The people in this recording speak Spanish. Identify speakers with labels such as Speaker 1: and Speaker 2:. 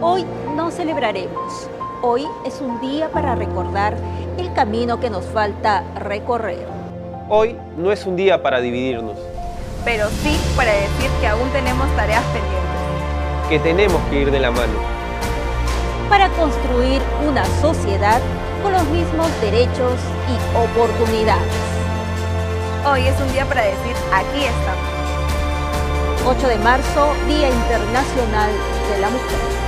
Speaker 1: Hoy no celebraremos. Hoy es un día para recordar el camino que nos falta recorrer.
Speaker 2: Hoy no es un día para dividirnos,
Speaker 3: pero sí para decir que aún tenemos tareas pendientes.
Speaker 2: que tenemos que ir de la mano.
Speaker 1: Para construir una sociedad con los mismos derechos y oportunidades.
Speaker 3: Hoy es un día para decir aquí estamos.
Speaker 1: 8 de marzo, Día Internacional de la Mujer.